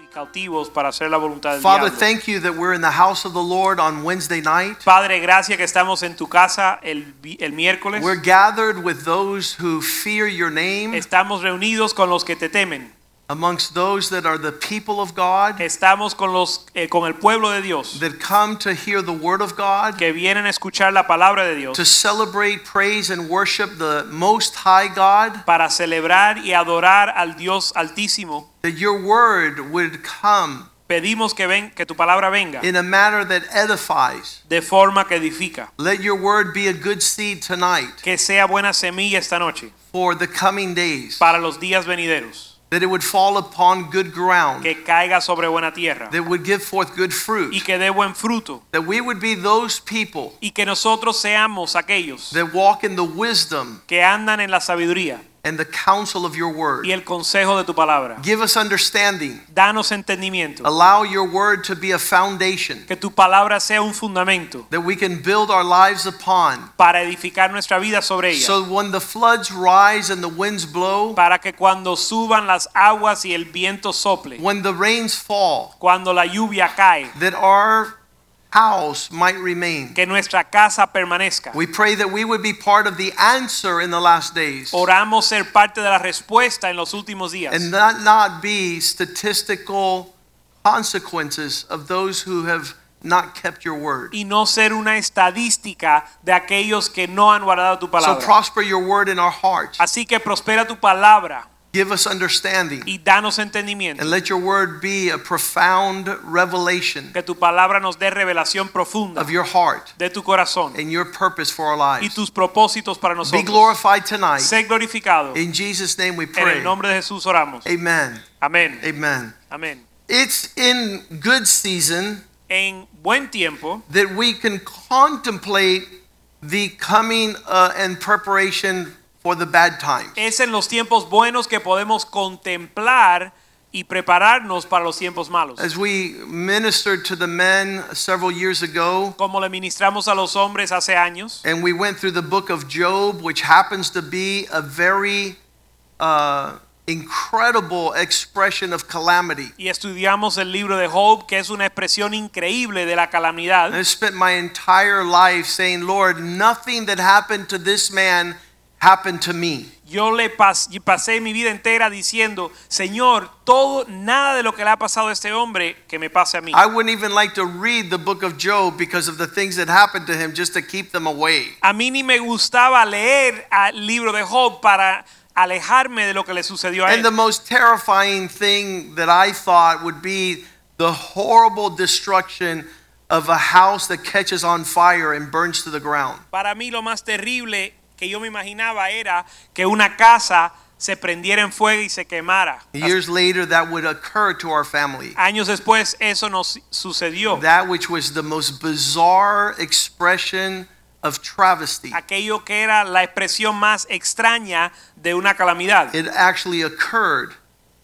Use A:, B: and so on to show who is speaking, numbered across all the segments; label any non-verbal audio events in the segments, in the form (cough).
A: y cautivos para hacer la voluntad del
B: Father,
A: diablo.
B: thank you that we're in the house of the Lord on Wednesday night.
A: Padre, gracias que estamos en tu casa el, vi- el miércoles.
B: We're gathered with those who fear your name,
A: Estamos reunidos con los que te temen.
B: amongst those that are the people of God,
A: Estamos con los eh, con el pueblo de Dios
B: that come to hear the word of God,
A: que vienen a escuchar la palabra de Dios
B: to celebrate, praise, and worship the Most High God,
A: para celebrar y adorar al Dios altísimo.
B: that your word would come
A: Pedimos que ven que tu palabra venga
B: in a manner that edifies.
A: de forma que edifica,
B: Let your word be a good seed tonight
A: que sea buena semilla esta noche
B: for the coming days,
A: para los días venideros,
B: that it would fall upon good ground,
A: que caiga sobre buena tierra
B: that would give forth good
A: y
B: fruit,
A: que dé buen fruto
B: that we would be those people.
A: y que nosotros seamos aquellos
B: that walk in the wisdom
A: que andan en la sabiduría
B: and the counsel of your word.
A: y el consejo de tu palabra.
B: Give us understanding.
A: Danos entendimiento.
B: Allow your word to be a foundation
A: Que tu palabra sea un fundamento
B: that we can build our lives upon.
A: para edificar nuestra vida sobre ella.
B: So when the floods rise and the winds blow,
A: Para que cuando suban las aguas y el viento sople,
B: when the rains fall,
A: cuando la lluvia cae,
B: that our house might remain.
A: que nuestra casa permanezca.
B: We pray that we would be part of the answer in the last days
A: Oramos ser parte de la respuesta en los últimos días
B: and not, not be statistical consequences of those who have not kept your word.
A: y no ser una estadística de aquellos que no han guardado tu
B: So
A: palabra.
B: prosper your word in our hearts.
A: Así que prospera tu palabra
B: Give us understanding.
A: y danos entendimiento.
B: And let your word be a profound revelation
A: Que tu palabra nos dé revelación profunda
B: of your heart
A: de tu corazón
B: and your purpose for our
A: y
B: lives.
A: tus propósitos para
B: Be
A: nosotros.
B: glorified tonight.
A: Sé glorificado.
B: In Jesus' name we
A: En el
B: pray.
A: nombre de Jesús oramos.
B: Amen.
A: Amén.
B: Amen.
A: Amén.
B: It's in good season
A: En buen tiempo
B: that we can contemplate the coming uh, and preparation for the bad times.
A: es en los tiempos buenos que podemos contemplar y prepararnos para los tiempos malos.
B: As we ministered to the men several years ago,
A: Como le ministramos a los hombres hace años
B: And we went through the book of Job, which happens to be a very uh, incredible expression of calamity.
A: y estudiamos el libro de Job, que es una expresión increíble de la calamidad.
B: And I spent my entire life saying, Lord, nothing that happened to this man happened to me.
A: Yo le pas- y pasé mi vida entera diciendo, Señor, todo, nada de lo que le ha pasado a este hombre que me pase a mí.
B: I wouldn't even like to read the book of Job because of the things that happened to him just to keep them away.
A: A mí ni me gustaba leer al libro de Job para alejarme de lo que le sucedió a
B: And
A: él.
B: the most terrifying thing that I thought would be the horrible destruction of a house that catches on fire and burns to the ground.
A: Para mí lo más terrible que yo me imaginaba era que una casa se prendiera en fuego y se quemara.
B: Years later, that would occur to our family.
A: Años después eso nos sucedió.
B: That which was the most bizarre expression of travesty.
A: Aquello que era la expresión más extraña de una calamidad
B: It actually occurred.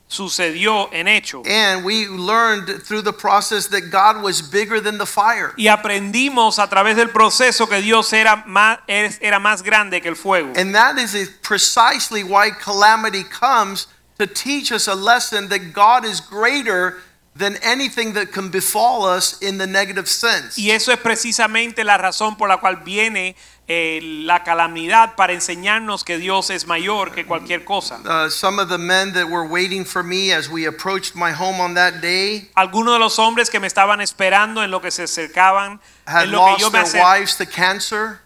A: sucedió en hecho.
B: And we learned through the process that God was bigger than the fire.
A: Y aprendimos a través del proceso que Dios era más, es- era más grande que el fuego.
B: And that is precisely why calamity comes to teach us a lesson that God is greater than anything that can befall us in the negative sense.
A: Y eso es precisamente la razón por la cual viene eh, la calamidad para enseñarnos que Dios es mayor que cualquier cosa.
B: Uh, some of the men that were waiting for me as we approached my home on that day.
A: Algunos de los hombres que me estaban esperando en lo que se acercaban,
B: had
A: en lo, que
B: lost
A: yo me
B: their
A: acer-
B: wives to cancer.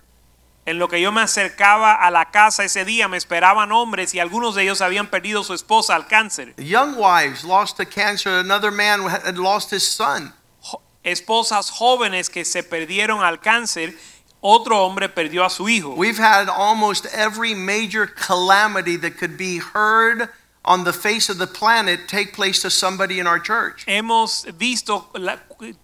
A: en lo que yo me acercaba a la casa ese día, me esperaban hombres y algunos de ellos habían perdido su esposa al cáncer.
B: Young wives lost to cancer. Another man had lost his son.
A: Jo- Esposas jóvenes que se perdieron al cáncer, otro hombre perdió a su hijo.
B: We've had almost every major calamity that could be heard on the face of the planet take place to somebody in our church.
A: Hemos visto la-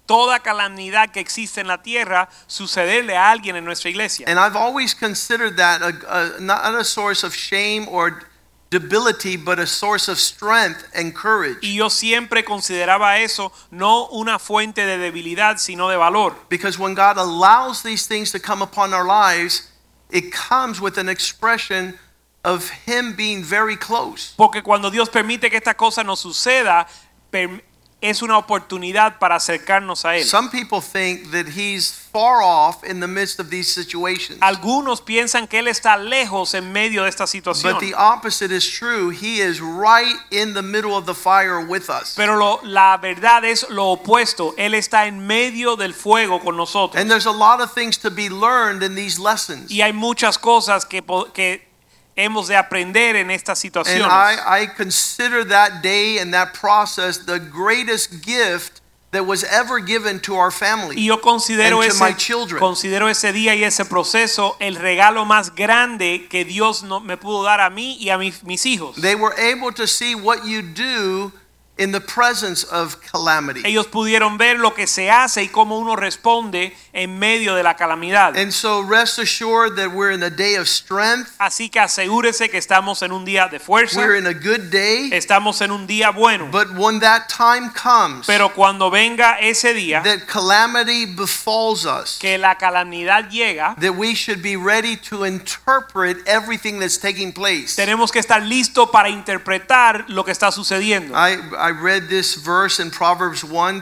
A: toda calamidad que existe en la tierra sucederle a alguien en nuestra iglesia.
B: And I've always considered that a, a, not a source of shame or debility, but a source of strength and courage.
A: Y yo siempre consideraba eso no una fuente de debilidad, sino de valor.
B: Because when God allows these things to come upon our lives, it comes with an expression of Him being very close.
A: Porque cuando Dios permite que esta cosa nos suceda, per- es una oportunidad para acercarnos a Él.
B: Some people think that He's far off in the midst of these situations.
A: Algunos piensan que Él está lejos en medio de esta situación.
B: But the opposite is true. He is right in the middle of the fire with us.
A: Pero lo- la verdad es lo opuesto. Él está en medio del fuego con nosotros.
B: And there's a lot of things to be learned in these lessons.
A: y hay muchas cosas que, po- que hemos de aprender en estas
B: And
A: situaciones.
B: I, I consider that day and that process the greatest gift that was ever given to our
A: y
B: family.
A: yo considero
B: and to my
A: ese,
B: children.
A: considero ese día y ese proceso el regalo más grande que Dios no- me pudo dar a mí y a mi- mis hijos.
B: They were able to see what you do in the presence of calamity.
A: Ellos pudieron ver lo que se hace y cómo uno responde en medio de la calamidad.
B: And so rest assured that we're in a day of strength.
A: Así que asegúrese que estamos en un día de fuerza,
B: We're in a good day.
A: estamos en un día bueno.
B: But when that time comes
A: Pero cuando venga ese día
B: that calamity befalls us,
A: que la calamidad llega,
B: that we should be ready to interpret everything that's taking place.
A: tenemos que estar listos para interpretar lo que está sucediendo.
B: I, I read this verse in Proverbs 1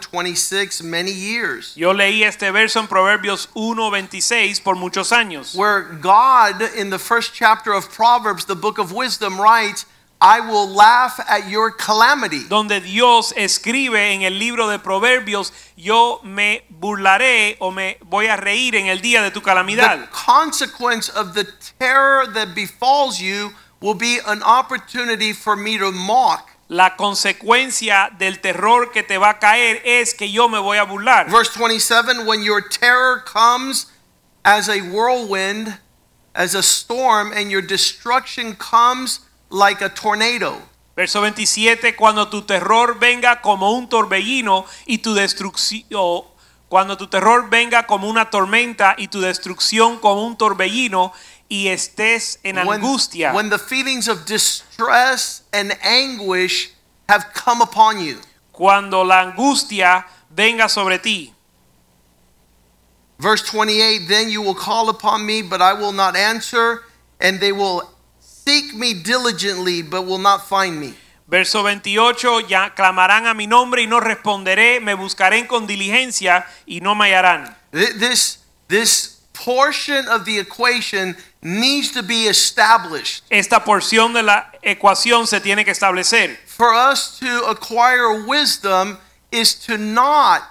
B: many years,
A: Yo leí este verso en Proverbios 1:26 por muchos años,
B: where God, in the first chapter of Proverbs, the book of wisdom, writes, I will laugh at your calamity.
A: donde Dios escribe en el libro de Proverbios, yo me burlaré o me voy a reír en el día de tu
B: The
A: calamidad.
B: consequence of the terror that befalls you will be an opportunity for me to mock.
A: La consecuencia del terror que te va a caer es que yo me voy a burlar.
B: Verse 27 When your terror comes as a whirlwind, as a storm, and your destruction comes like a tornado.
A: Verso 27, cuando tu terror venga como un torbellino y tu destrucción, cuando tu terror venga como una tormenta y tu destrucción como un torbellino y estés en angustia,
B: when the feelings of distress and anguish have come upon you.
A: cuando la angustia venga sobre ti.
B: Verse 28 Then you will call upon me, but I will not answer, and they will seek me diligently, but will not find me.
A: Verso 28, ya clamarán a mi nombre y no responderé, me buscaré con diligencia y no me hallarán.
B: Th- This, this portion of the equation needs to be established.
A: Esta porción de la ecuación se tiene que establecer.
B: for us to acquire wisdom is to not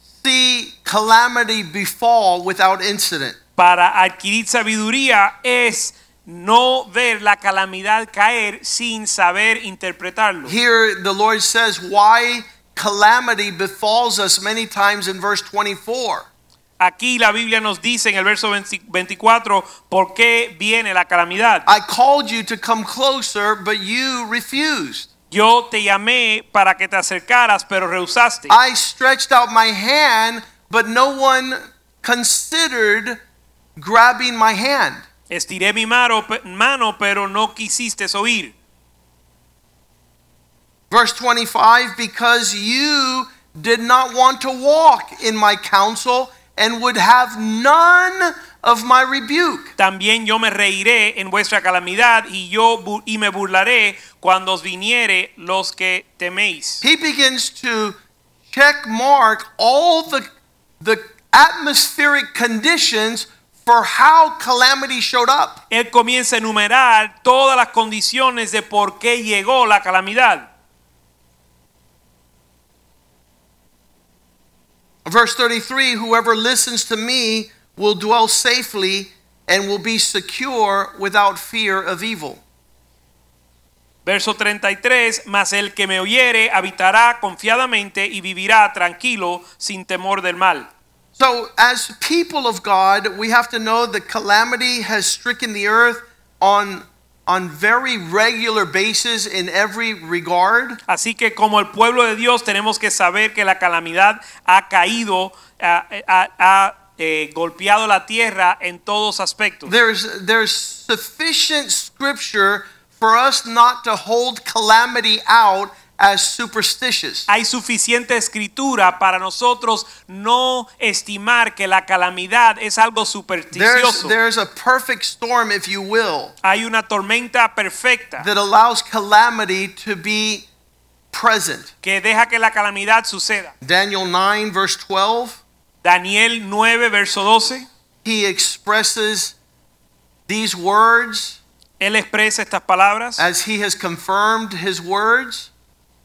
B: see calamity befall without incident.
A: para adquirir sabiduría es no ver la calamidad caer sin saber interpretarlo.
B: Here, the Lord says why calamity befalls us many times in verse 24.
A: Aquí la Biblia nos dice en el verso 20 24 por qué viene la calamidad.
B: I called you to come closer, but you refused.
A: Yo te llamé para que te acercaras, pero rehusaste.
B: I stretched out my hand, but no one considered grabbing my hand.
A: Estiré mi mano, pe- mano, pero no quisiste oír.
B: Verse 25, because you did not want to walk in my counsel and would have none of my rebuke.
A: También yo me reiré en vuestra calamidad y yo bu- y me burlaré cuando os viniere los que teméis.
B: He begins to check mark all the, the atmospheric conditions for how calamity showed up.
A: Él comienza a enumerar todas las condiciones de por qué llegó la calamidad.
B: Verse 33 Whoever listens to me will dwell safely and will be secure without fear of evil.
A: Verso 33, mas el que me oyere habitará confiadamente y vivirá tranquilo sin temor del mal.
B: So, as people of God, we have to know that calamity has stricken the earth on on very regular basis in every regard.
A: Así que como el pueblo de Dios tenemos que saber que la calamidad ha caído, ha, ha- ha, eh, golpeado la tierra en todos aspectos.
B: There's there's sufficient scripture for us not to hold calamity out as superstitious.
A: Hay suficiente escritura para nosotros no estimar que la calamidad es algo
B: There's
A: supersticioso.
B: there's a perfect storm if you will
A: Hay una tormenta perfecta
B: that allows calamity to be present.
A: que deja que la calamidad suceda.
B: Daniel 9 verse 12
A: Daniel 9, verso 12,
B: he expresses these words
A: él expresa estas palabras
B: as he has confirmed his words,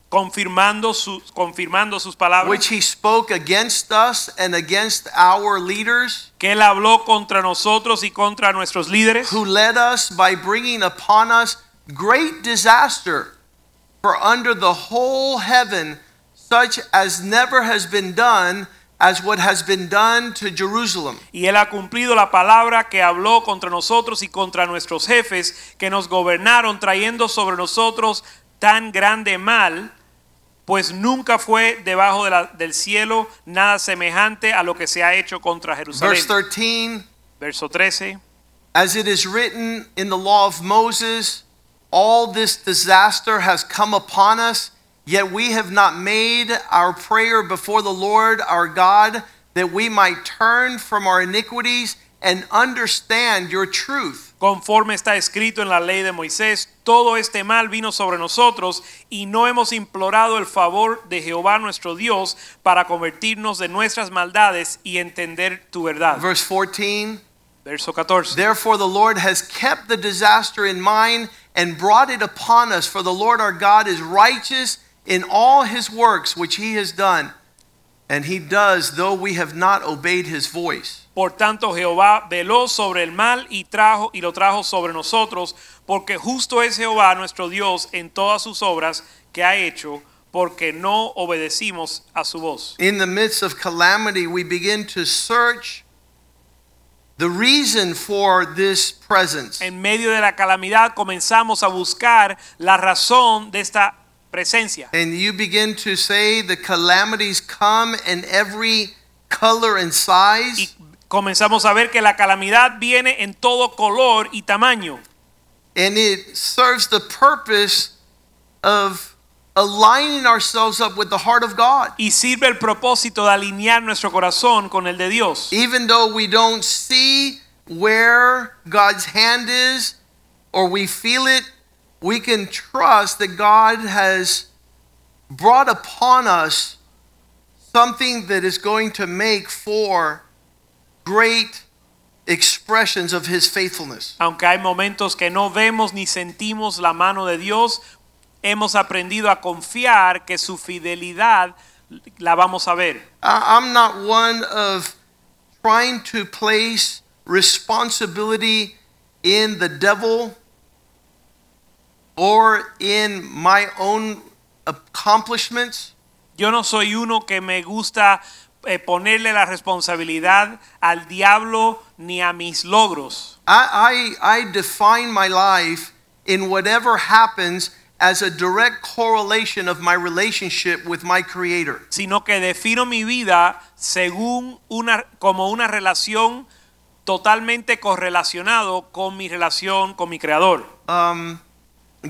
A: confirmando sus, confirmando sus palabras.
B: which he spoke against us and against our leaders,
A: que él habló contra nosotros y contra nuestros líderes,
B: who led us by bringing upon us great disaster. For under the whole heaven, such as never has been done, as what has been done to Jerusalem.
A: y él ha cumplido la palabra que habló contra nosotros y contra nuestros jefes que nos gobernaron trayendo sobre nosotros tan grande mal, pues nunca fue debajo de la- del cielo nada semejante a lo que se ha hecho contra Jerusalén.
B: Verse 13
A: Verso 13.
B: As it is written in the law of Moses, all this disaster has come upon us, yet we have not made our prayer before the Lord our God that we might turn from our iniquities and understand your truth.
A: Conforme está escrito en la ley de Moisés, todo este mal vino sobre nosotros y no hemos implorado el favor de Jehová nuestro Dios para convertirnos de nuestras maldades y entender tu verdad.
B: Verse 14
A: Verso 14.
B: Therefore, the Lord has kept the disaster in mind and brought it upon us, for the Lord our God is righteous in all his works which he has done, and he does, though we have not obeyed his voice.
A: Por tanto, Jehová veló sobre el mal y trajo y lo trajo sobre nosotros, porque justo es Jehová nuestro Dios en todas sus obras que ha hecho, porque no obedecimos a su voz.
B: In the midst of calamity, we begin to search the reason for this presence.
A: En medio de la calamidad comenzamos a buscar la razón de esta presencia.
B: And you begin to say the calamities come in every color and
A: Y
B: size.
A: comenzamos a ver que la calamidad viene en todo color y tamaño.
B: And it serves the purpose of aligning ourselves up with the heart of God.
A: Y sirve el propósito de alinear nuestro corazón con el de Dios.
B: Even though we don't see where God's hand is or we feel it, we can trust that God has brought upon us something that is going to make for great expressions of his faithfulness.
A: Aunque hay momentos que no vemos ni sentimos la mano de Dios, hemos aprendido a confiar que su fidelidad la vamos a ver.
B: I- I'm not one of trying to place responsibility in the devil or in my own accomplishments.
A: Yo no soy uno que me gusta eh, ponerle la responsabilidad al diablo ni a mis logros.
B: I, I, I define my life in whatever happens as a direct correlation of my relationship with my Creator.
A: sino que defino mi vida según una como una relación totalmente correlacionado con mi relación con mi creador.
B: Um,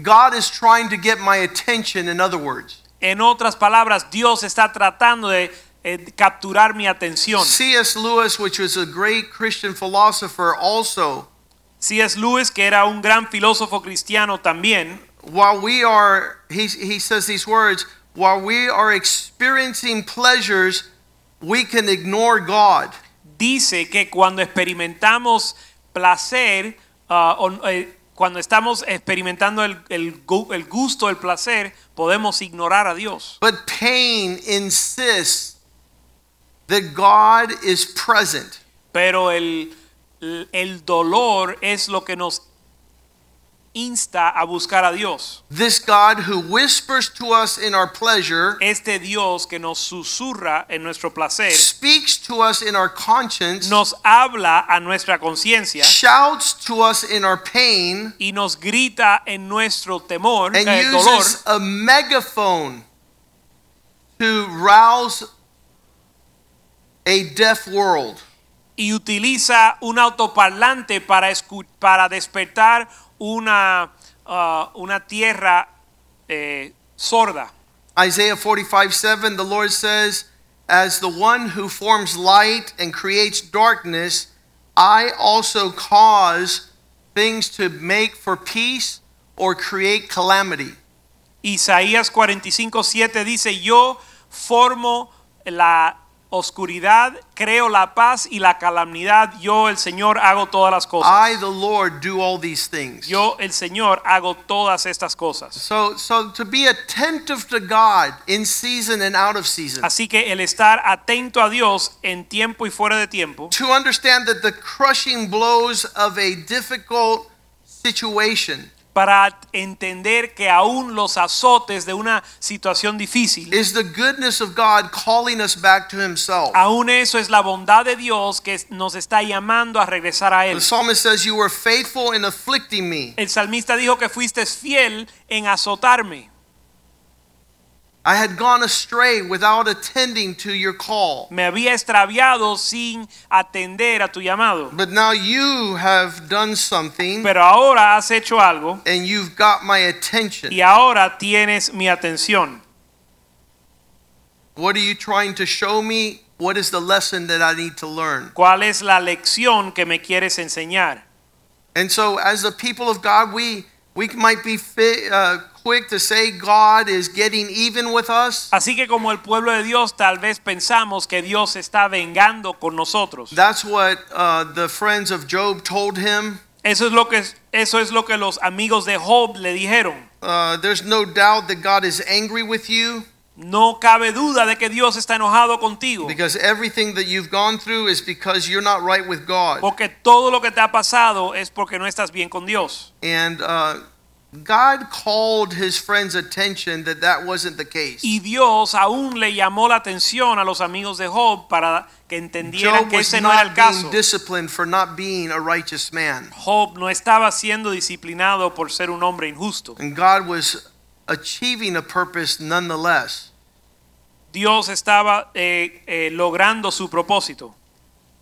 B: God is trying to get my attention, in other words.
A: En otras palabras, Dios está tratando de eh, capturar mi atención.
B: C.S. Lewis, which was a great Christian philosopher, also
A: C.S. Lewis, que era un gran filósofo cristiano también,
B: while we are he, he says these words while we are experiencing pleasures we can ignore god
A: dice que cuando experimentamos placer, ah, o, eh, cuando estamos experimentando el, el gu- el gusto, el placer, podemos ignorar a Dios.
B: but pain insists that god is present
A: Pero el, el dolor es lo que nos insta a buscar a Dios.
B: This God who whispers to us in our pleasure,
A: Este Dios que nos susurra en nuestro placer,
B: speaks to us in our conscience,
A: nos habla a nuestra conciencia
B: shouts to us in our pain,
A: y nos grita en nuestro temor,
B: and
A: eh, dolor,
B: uses a megaphone to rouse a deaf world.
A: y utiliza un autoparlante para, escu- para despertar una, ah, una tierra eh, sorda.
B: Isaiah 45 7, the Lord says, As the one who forms light and creates darkness, I also cause things to make for peace or create calamity.
A: Isaías 45:7 dice, yo formo la oscuridad, creo la paz y la calamidad, yo el Señor hago todas las cosas.
B: I, the Lord, do all these things.
A: Yo el Señor hago todas estas cosas.
B: So, so to be attentive to God in season and out of season,
A: Así que el estar atento a Dios en tiempo y fuera de tiempo,
B: to understand that the crushing blows of a difficult situation
A: para entender que aún los azotes de una situación difícil,
B: is the goodness of God calling us back to Himself.
A: aún eso es la bondad de Dios que nos está llamando a regresar a Él.
B: The psalmist says, You were faithful in afflicting me.
A: El salmista dijo que fuiste fiel en azotarme.
B: I had gone astray without attending to your call.
A: Me había extraviado sin atender a tu llamado.
B: But now you have done something
A: Pero ahora has hecho algo
B: and you've got my attention.
A: y ahora tienes mi atención.
B: What are you trying to show me? What is the lesson that I need to learn?
A: ¿Cuál es la lección que me quieres enseñar?
B: And so, as the people of God, we, we might be fit, uh, quick to say God is getting even with us.
A: Así que como el pueblo de Dios tal vez pensamos que Dios se está vengando con nosotros.
B: That's what uh, the friends of Job told him.
A: Eso es lo que eso es lo que los amigos de Job le dijeron.
B: Uh, there's no doubt that God is angry with you.
A: No cabe duda de que Dios está enojado contigo,
B: Because everything that you've gone through is because you're not right with God.
A: porque todo lo que te ha pasado es porque no estás bien con Dios.
B: And uh, God called his friend's attention that that wasn't the case.
A: Y Dios aún le llamó la atención a los amigos de Job para que entendieran
B: Job
A: que
B: was
A: ese no era el
B: not being
A: caso.
B: disciplined for not being a righteous man.
A: Job no estaba siendo disciplinado por ser un hombre injusto.
B: And God was achieving a purpose nonetheless.
A: Dios estaba eh, eh, logrando su propósito.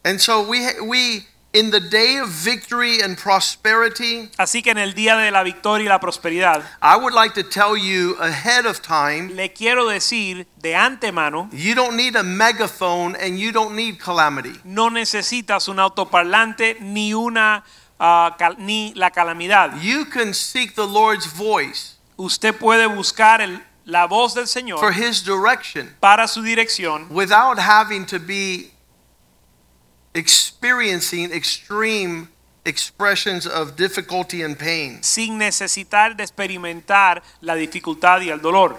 B: And so we, we, in the day of victory and prosperity,
A: Así que en el día de la victoria y la prosperidad,
B: I would like to tell you ahead of time
A: le quiero decir de antemano,
B: you don't need a megaphone and you don't need calamity.
A: no necesitas un autoparlante ni una ah, cal- ni la calamidad.
B: You can seek the Lord's voice.
A: Usted puede buscar el- la voz del
B: for
A: Señor
B: his direction
A: para su dirección
B: without having to be experiencing extreme expressions of difficulty and pain.
A: sin necesitar de experimentar la dificultad y el dolor.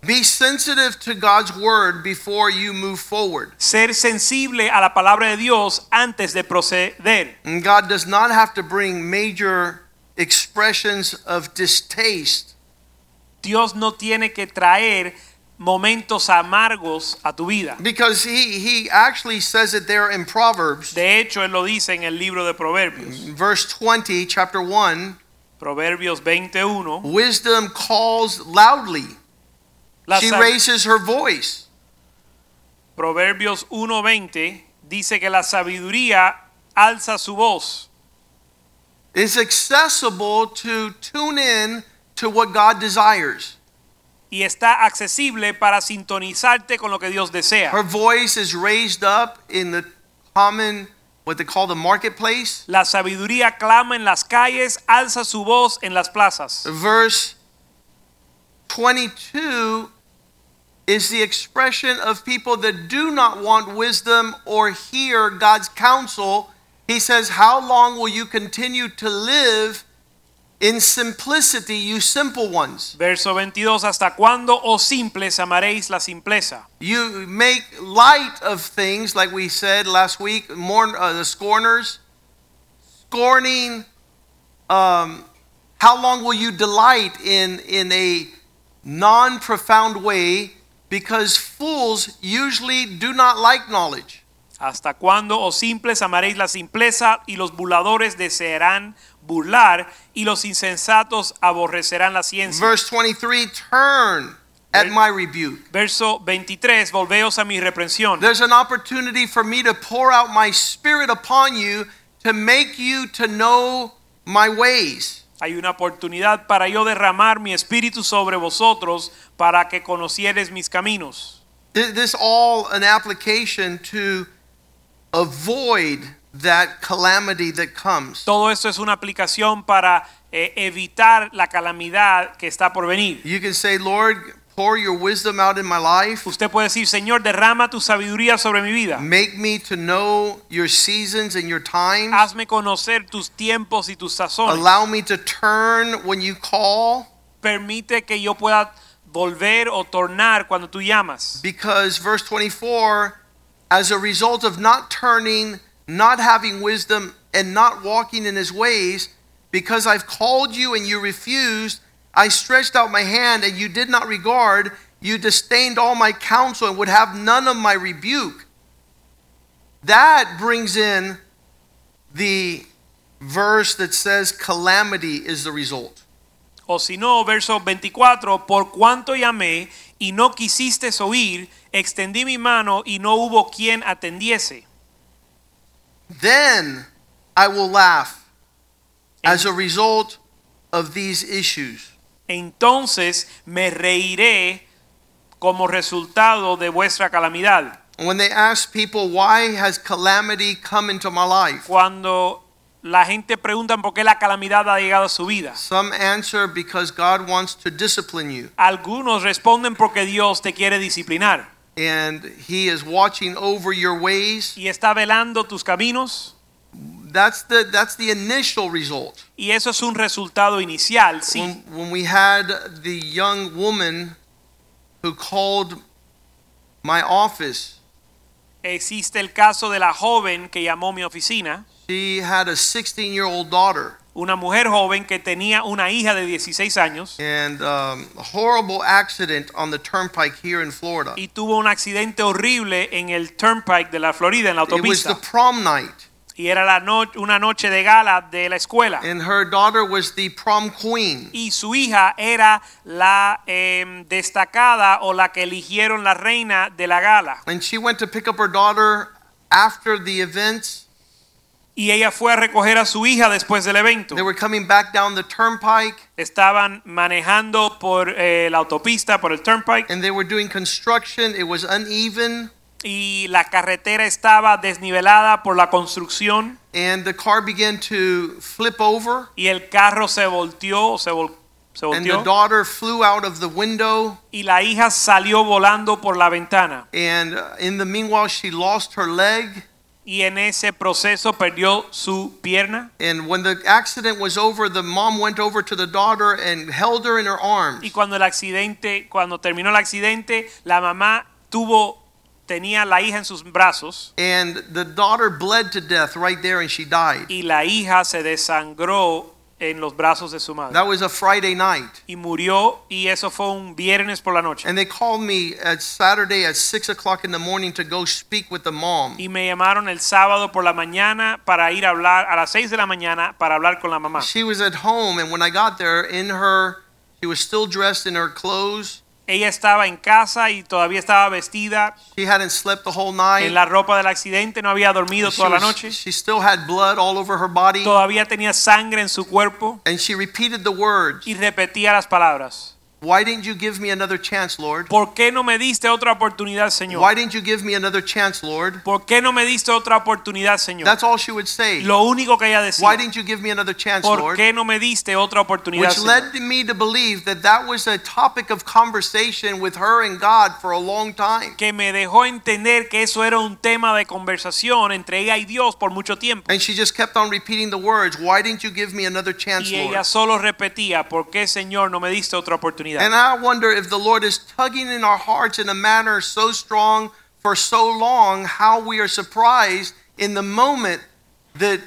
B: Be sensitive to God's word before you move forward.
A: Ser sensible a la palabra de Dios antes de proceder.
B: And God does not have to bring major expressions of distaste
A: Dios no tiene que traer momentos amargos a tu vida.
B: because he, he actually says it there in Proverbs,
A: De hecho, él lo dice en el libro de Proverbios.
B: verse 20, chapter 1.
A: Proverbios 21.
B: Wisdom calls loudly,
A: La
B: she
A: sab-
B: raises her voice.
A: Proverbios 1:20 dice que la sabiduría alza su voz.
B: It's accessible to tune in to what God desires.
A: Y está accesible para sintonizarte con lo que Dios desea.
B: Her voice is raised up in the common, what they call the marketplace.
A: La sabiduría clama en las calles, alza su voz en las plazas.
B: Verse 22 is the expression of people that do not want wisdom or hear God's counsel. He says, How long will you continue to live in simplicity, you simple ones?
A: Verso 22, ¿hasta cuándo, oh simples, amaréis la simpleza?
B: You make light of things, like we said last week, more, uh, the scorners, scorning um, How long will you delight in, in a non profound way? Because fools usually do not like knowledge.
A: ¿Hasta cuándo, os simples, amaréis la simpleza y los burladores desearán burlar y los insensatos aborrecerán la ciencia?
B: Verse 23 Turn at my rebuke.
A: Verso 23, volveos a mi reprensión.
B: There's an opportunity for me to pour out my spirit upon you to make you to know my ways.
A: Hay una oportunidad para yo derramar mi espíritu sobre vosotros para que conocieres mis caminos.
B: Th- This all an application to avoid that calamity that comes.
A: Todo esto es una aplicación para eh, evitar la calamidad que está por venir.
B: You can say, Lord, pour your wisdom out in my life.
A: Usted puede decir, Señor, derrama tu sabiduría sobre mi vida.
B: Make me to know your seasons and your times.
A: Hazme conocer tus tiempos y tus sazones.
B: Allow me to turn when you call.
A: Permite que yo pueda volver o tornar cuando tú llamas.
B: Because verse 24, as a result of not turning, not having wisdom, and not walking in his ways, because I've called you and you refused, I stretched out my hand and you did not regard, you disdained all my counsel and would have none of my rebuke. That brings in the verse that says, calamity is the result.
A: O si no, verso 24, por cuanto llamé y no quisiste oír, extendí mi mano y no hubo quien atendiese.
B: Then I will laugh as a result of these issues.
A: Entonces me reiré como resultado de vuestra calamidad.
B: When they ask people, why has calamity come into my life?
A: Cuando la gente pregunta por qué la calamidad ha llegado a su vida.
B: Some answer, because God wants to discipline you,
A: Algunos responden porque Dios te quiere disciplinar
B: and He is watching over your ways.
A: y está velando tus caminos
B: That's the, that's the initial result.
A: y eso es un resultado inicial,
B: When,
A: sí.
B: when we had the young woman who called my office,
A: Existe el caso de la joven que llamó mi oficina,
B: she had a 16 year old daughter.
A: una mujer joven que tenía una hija de 16 años
B: and um, a horrible accident on the turnpike here in Florida.
A: y tuvo un accidente horrible en el Turnpike de la Florida, en la
B: It was the
A: autopista.
B: prom night,
A: Y era la no- una noche de gala de la escuela.
B: and her daughter was the prom queen.
A: Y su hija era la em, destacada o la que eligieron la reina de la gala.
B: And she went to pick up her daughter after the events.
A: Y ella fue a recoger a su hija después del evento.
B: They were coming back down the turnpike,
A: Estaban manejando por eh, la autopista, por el turnpike,
B: and they were doing construction. It was uneven,
A: y la carretera estaba desnivelada por la construcción
B: and the car began to flip over.
A: y el carro se volteó, se, vol- se
B: And the
A: volteó
B: daughter flew out of the window,
A: y la hija salió volando por la ventana
B: and uh, in the meanwhile, she lost her leg.
A: y en ese proceso perdió su pierna
B: And when the accident was over, the mom went over to the daughter and held her in her
A: y
B: arms.
A: cuando el accidente, cuando terminó el accidente, la mamá tuvo tenía la hija en sus brazos
B: And the daughter bled to death right there and she died.
A: y la hija se desangró en los brazos de su madre.
B: That was a Friday night.
A: y murió y eso fue un viernes por la noche.
B: And they called me at Saturday at six o'clock in the morning to go speak with the mom.
A: Y me llamaron el sábado por la mañana para ir a hablar a las 6 de la mañana para hablar con la mamá.
B: She was at home, and when I got there, in her, she was still dressed in her clothes.
A: Ella estaba en casa y todavía estaba vestida
B: She hadn't slept the whole night.
A: en la ropa del accidente, no había dormido
B: She,
A: toda la
B: was-
A: noche,
B: she still had blood all over her body.
A: todavía tenía sangre en su cuerpo
B: And she repeated the words
A: y repetía las palabras.
B: Why didn't you give me another chance, Lord?
A: ¿Por qué no me diste otra oportunidad,
B: Why
A: Señor?
B: didn't you give me another chance, Lord?
A: ¿Por qué no me diste otra oportunidad, Señor?
B: That's all she would say.
A: Lo único que ella decía,
B: Why didn't you give me another chance,
A: ¿por
B: Lord?
A: qué no me diste otra oportunidad?
B: Which
A: Señor?
B: led me to believe that that was a topic of conversation with her and God for a long time.
A: que me dejó entender que eso era un tema de conversación entre ella y Dios por mucho tiempo.
B: And she just kept on repeating the words, Why didn't you give me another chance,
A: Y
B: Lord?
A: ella solo repetía, ¿por qué Señor no me diste otra
B: And
A: oportunidad?
B: I wonder if the Lord is tugging in our hearts in a manner so strong for so long, how we are surprised in the moment that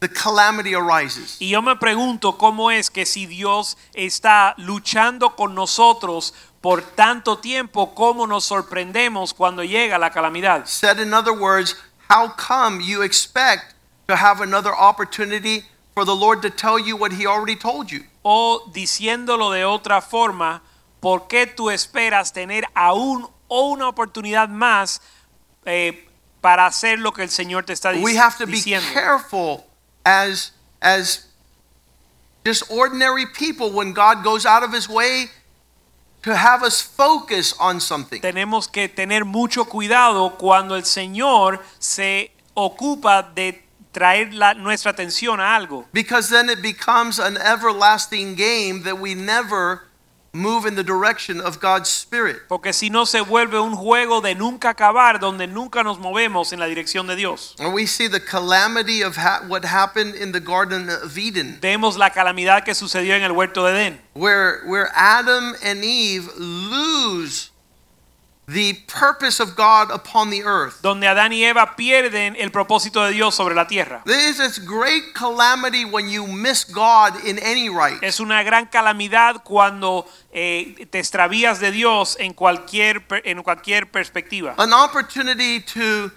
B: the calamity arises.
A: Y yo me pregunto cómo es que si Dios está luchando con nosotros por tanto tiempo, ¿cómo nos sorprendemos cuando llega la calamidad?
B: Said in other words, how come you expect to have another opportunity for the Lord to tell you what He already told you?
A: O diciéndolo de otra forma, ¿por qué tú esperas tener aún o una oportunidad más eh, para hacer lo que el Señor te está dic-
B: We have to be
A: diciendo?
B: careful as as just ordinary people when God goes out of His way to have us focus on something.
A: Tenemos que tener mucho cuidado cuando el Señor se ocupa de traer la- nuestra atención a algo.
B: Because then it becomes an everlasting game that we never move in the direction of God's Spirit.
A: Porque si no se vuelve un juego de nunca acabar, donde nunca nos movemos en la dirección de Dios.
B: And we see the calamity of ha- what happened in the Garden of Eden,
A: Vemos la calamidad que sucedió en el huerto de Edén,
B: where, where Adam and Eve lose the purpose of God upon the earth.
A: donde Adán y Eva pierden el propósito de Dios sobre la tierra.
B: There is this great calamity when you miss God in any right.
A: Es una gran calamidad cuando eh, te extravías de Dios en cualquier, per- en cualquier perspectiva.
B: An opportunity to,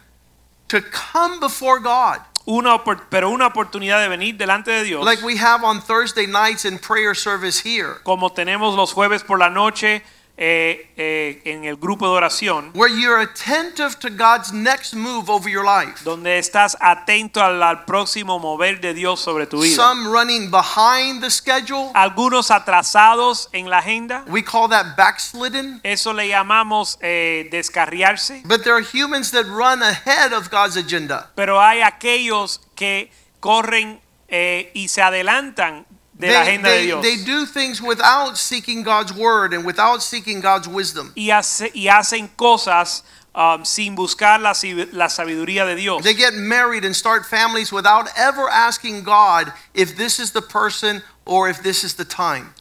B: to come before God,
A: Una, opor- pero una oportunidad de venir delante de Dios,
B: like we have on Thursday nights in prayer service here.
A: como tenemos los jueves por la noche eh, eh, en el grupo de oración,
B: where you're attentive to God's next move over your life.
A: donde estás atento al, al próximo mover de Dios sobre tu vida.
B: Some running behind the schedule.
A: Algunos atrasados en la agenda,
B: We call that backslidden.
A: eso le llamamos eh, descarriarse,
B: But there are humans that run ahead of God's agenda.
A: pero hay aquellos que corren eh, y se adelantan de la agenda de Dios
B: they do things without seeking God's word and without seeking God's wisdom.
A: y, hace- y hacen cosas um, sin buscar la, si- la sabiduría de Dios.
B: They get married and start families without ever asking God if this is the person or if this is the time.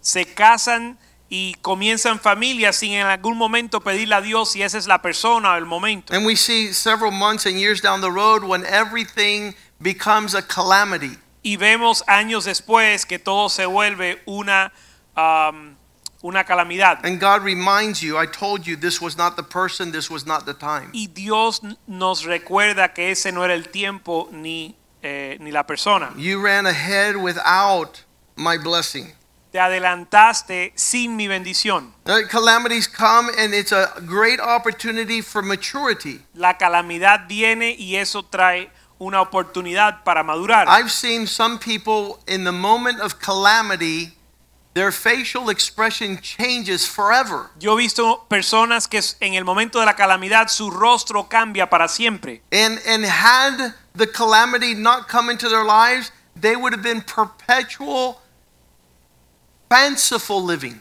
A: se casan y comienzan familias sin en algún momento pedirle a Dios si esa es la persona o el momento.
B: And we see several months and years down the road when everything becomes a calamity.
A: Y vemos años después que todo se vuelve una, um, una calamidad.
B: And God reminds you, I told you this was not the person, this was not the time.
A: Y Dios n- nos recuerda que ese no era el tiempo ni, eh, ni la persona.
B: You ran ahead without my blessing.
A: Te adelantaste sin mi bendición.
B: Uh, Calamities come and it's a great opportunity for maturity.
A: La calamidad viene y eso trae una oportunidad para madurar.
B: (laughs) I've seen some people in the moment of calamity, their facial expression changes forever.
A: Yo he visto personas que s- en el momento de la calamidad su rostro cambia para siempre.
B: And and had the calamity not come into their lives, they would have been perpetual fanciful living.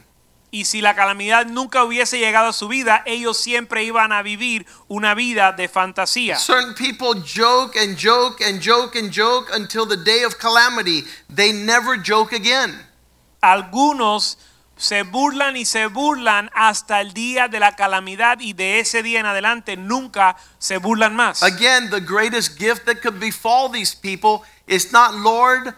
A: Y si la calamidad nunca hubiese llegado a su vida, ellos siempre iban a vivir una vida de fantasía.
B: Certain people joke and joke and joke and joke until the day of calamity. They never joke again.
A: Algunos se burlan y se burlan hasta el día de la calamidad y de ese día en adelante nunca se burlan más.
B: Again, the greatest gift that could befall these people is not, Lord,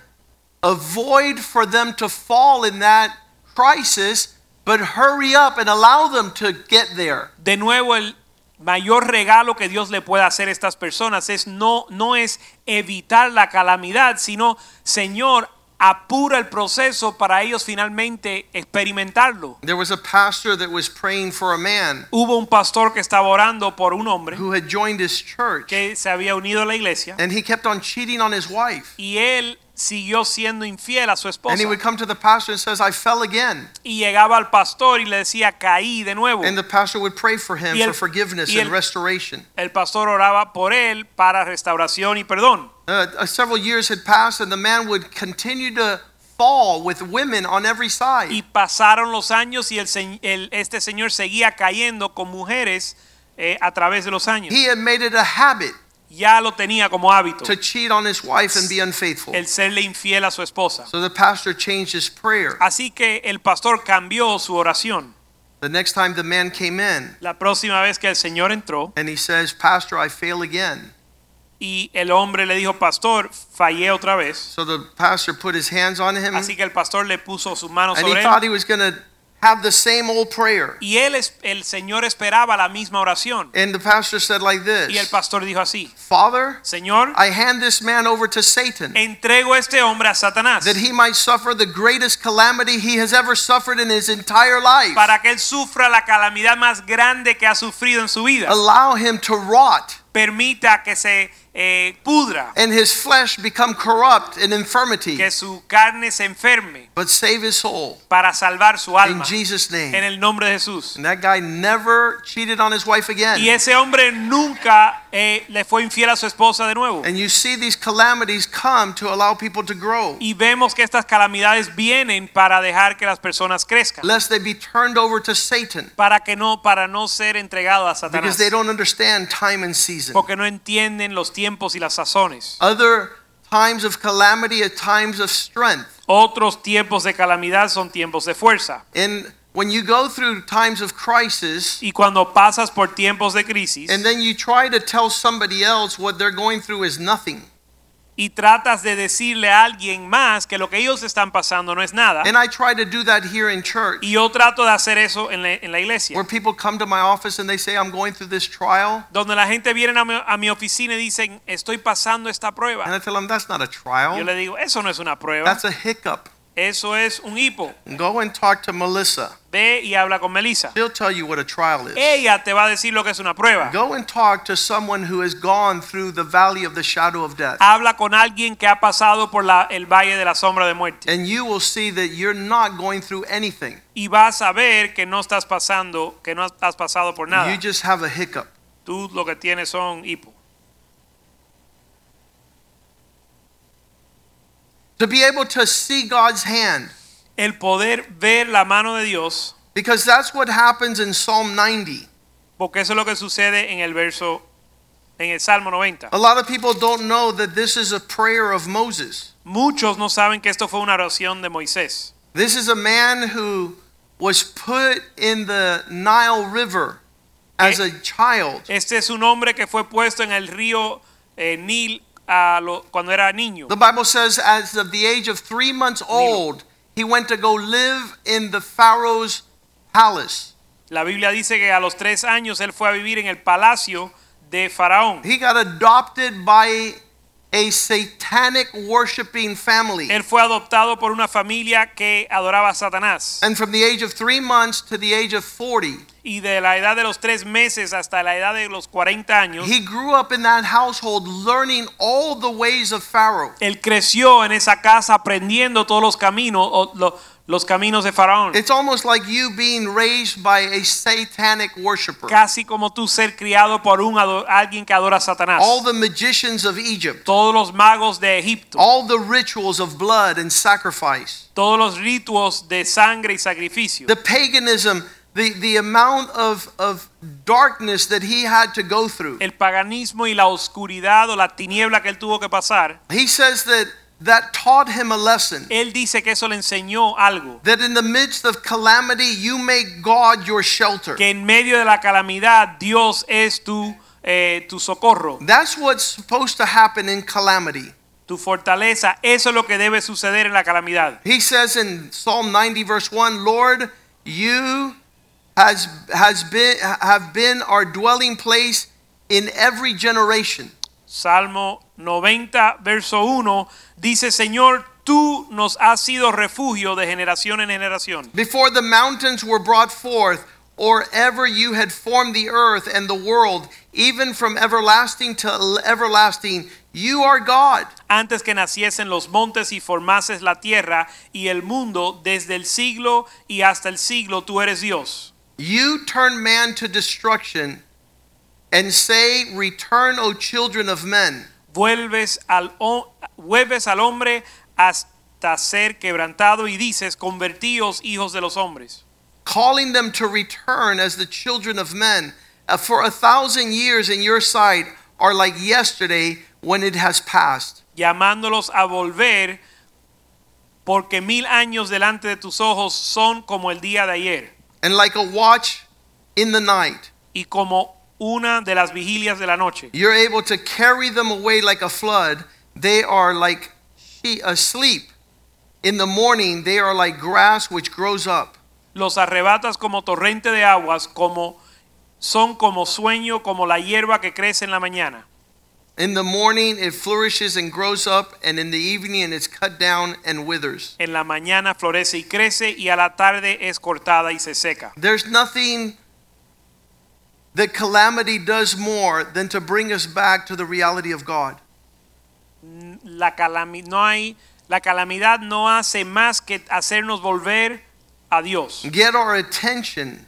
B: avoid for them to fall in that crisis, but hurry up and allow them to get there.
A: De nuevo, el mayor regalo que Dios le puede hacer a estas personas es no, no es evitar la calamidad, sino, Señor, apura el proceso para ellos finalmente experimentarlo.
B: There was a pastor that was praying for a man
A: Hubo un pastor que estaba orando por un hombre
B: who had joined his church,
A: que se había unido a la iglesia
B: and he kept on cheating on his wife.
A: y él siguió siendo infiel a su esposa
B: And he would come to the pastor and says, "I fell again."
A: y llegaba al pastor y le decía caí de nuevo
B: And the pastor would pray for him
A: Y el-
B: for forgiveness
A: y el-
B: and restoration.
A: el pastor oraba por él para restauración y perdón
B: Uh, uh, several years had passed, and the man would continue to fall with women on every side.
A: y pasaron los años y el, se- el- este señor seguía cayendo con mujeres eh, a través de los años
B: he had made it a habit
A: ya lo tenía como hábito
B: to cheat on his wife and be unfaithful.
A: el serle infiel a su esposa
B: So the pastor changed his prayer.
A: así que el pastor cambió su oración
B: The next time the man came in,
A: la próxima vez que el señor entró
B: and he says, Pastor, I fail again.
A: Y el hombre le dijo, pastor, fallé otra vez.
B: So the pastor put his hands on him
A: Así que el pastor le puso sus manos
B: and he
A: sobre
B: thought
A: él.
B: he was going to have the same old prayer.
A: Y él, es- el Señor esperaba la misma oración.
B: And the pastor said like
A: Y el
B: this
A: pastor dijo así,
B: Father,
A: Señor,
B: I hand this man over to Satan
A: entrego a este hombre a Satanás
B: that he might suffer the greatest calamity he has ever suffered in his entire life.
A: para que él sufra la calamidad más grande que ha sufrido en su vida.
B: Allow him to rot
A: Permita que se eh, pudra,
B: and his flesh become corrupt in infirmity,
A: que su carne se enferme
B: but save his soul
A: para salvar su
B: in
A: alma.
B: Jesus'
A: En
B: name.
A: el nombre de Jesús.
B: And that guy never cheated on his wife
A: Y
B: again.
A: ese hombre nunca eh, le fue infiel a su esposa de nuevo.
B: And you see these calamities come to allow people to grow,
A: Y vemos que estas calamidades vienen para dejar que las personas crezcan,
B: lest they be turned over to Satan
A: para que no para no ser entregado a Satanás,
B: because they don't understand time and season.
A: porque no entienden los tiempos y las sazones.
B: Other times of calamity are times of strength.
A: Otros tiempos de calamidad son tiempos de fuerza.
B: And when you go through times of crisis,
A: Y cuando pasas por tiempos de crisis
B: and then you try to tell somebody else what they're going through is nothing.
A: y tratas de decirle a alguien más que lo que ellos están pasando no es nada,
B: And I try to do that here in church,
A: y yo trato de hacer eso en la, en la iglesia,
B: where people come to my office and they say, I'm going through this trial.
A: donde la gente viene a mi, a mi oficina y dicen, estoy pasando esta
B: And
A: prueba.
B: I tell them, that's not a
A: Yo
B: trial,
A: le digo, eso no es una prueba,
B: that's a hiccup.
A: eso es un hipo.
B: Go and talk to Melissa.
A: Ve y habla con Melissa.
B: She'll tell you what a trial is.
A: Ella te va a decir lo que es una prueba.
B: Go and talk to someone who has gone through the valley of the shadow of death.
A: Habla con alguien que ha pasado por la- el valle de la sombra de muerte
B: And you will see that you're not going through anything.
A: y vas a ver que no estás pasando, que no has pasado por nada.
B: You just have a hiccup.
A: Tú lo que tienes son hipo.
B: To be able to see God's hand,
A: El poder ver la mano de Dios,
B: because that's what happens in Psalm 90.
A: porque eso es lo que sucede en el verso, en el Salmo 90.
B: A lot of people don't know that this is a prayer of Moses.
A: Muchos no saben que esto fue una oración de Moisés.
B: This is a man who was put in the Nile River as a child.
A: Este es un hombre que fue puesto en el río eh, Nil a lo- cuando era niño.
B: The Bible says, as of the age of three months old, he went to go live in the Pharaoh's palace.
A: La Biblia dice que a los tres años él fue a vivir en el palacio de Faraón.
B: He got adopted by a satanic worshiping family.
A: Él fue adoptado por una familia que adoraba a Satanás.
B: And from the age of three months to the age of 40,
A: Y de la edad de los tres meses hasta la edad de los 40 años,
B: he grew up in that household learning all the ways of Pharaoh.
A: él creció en esa casa aprendiendo todos los caminos, o lo- los caminos de Faraón.
B: It's almost like you being raised by a satanic worshiper.
A: Casi como tú ser criado por un ado- alguien que adora a Satanás.
B: All the magicians of Egypt,
A: Todos los magos de Egipto,
B: all the rituals of blood and sacrifice,
A: todos los ritos de sangre y sacrificio.
B: the paganism, the, the amount of, of darkness that he had to go through.
A: El paganismo y la oscuridad o la tiniebla que él tuvo que pasar.
B: He says that that taught him a lesson.
A: Él dice que eso le enseñó algo,
B: That in the midst of calamity, you make God your shelter.
A: que en medio de la calamidad Dios es tu, eh, tu socorro,
B: That's what's supposed to happen in calamity.
A: tu fortaleza. Eso es lo que debe suceder en la calamidad.
B: He says in Psalm 90 verse 1, Lord, you has has been have been our dwelling place in every generation.
A: Salmo 90, verso 1 dice, Señor, tú nos has sido refugio de generación en generación.
B: Before the mountains were brought forth, or ever you had formed the earth and the world, even from everlasting to everlasting, you are God.
A: Antes que naciesen los montes y formases la tierra y el mundo, desde el siglo y hasta el siglo, tú eres Dios.
B: You turn man to destruction and say, Return, O children of men.
A: vuelves al, ho- vuelves al hombre hasta ser quebrantado y dices, convertíos hijos de los hombres.
B: calling them to return as the children of men. Uh, For a thousand years in your sight are like yesterday when it has passed.
A: llamándolos a volver, porque mil años delante de tus ojos son como el día de ayer
B: And like a watch in the night,
A: y como una de las vigilias de la noche.
B: You're able to carry them away like a flood. They are like she asleep. In the morning, they are like grass which grows up.
A: Los arrebatas como torrente de aguas, como son como sueño, como la hierba que crece en la mañana.
B: In the morning, it flourishes and grows up, and in the evening, it is cut down and withers.
A: En la mañana florece y crece y a la tarde es cortada y se seca.
B: There's nothing that calamity does more than to bring us back to the reality of God.
A: La calami- no hay la calamidad no hace más que hacernos volver a Dios.
B: Get our attention.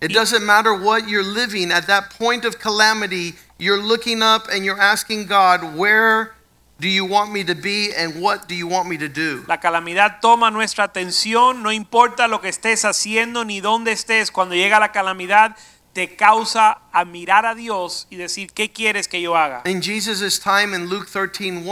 B: It doesn't matter what you're living at that point of calamity, you're looking up and you're asking God, Where do you want me to be and what do you want me to do?
A: La calamidad toma nuestra atención, no importa lo que estés haciendo ni dónde estés, cuando llega la calamidad te causa a mirar a Dios y decir, ¿qué quieres que yo haga?
B: In Jesus' time in Luke 13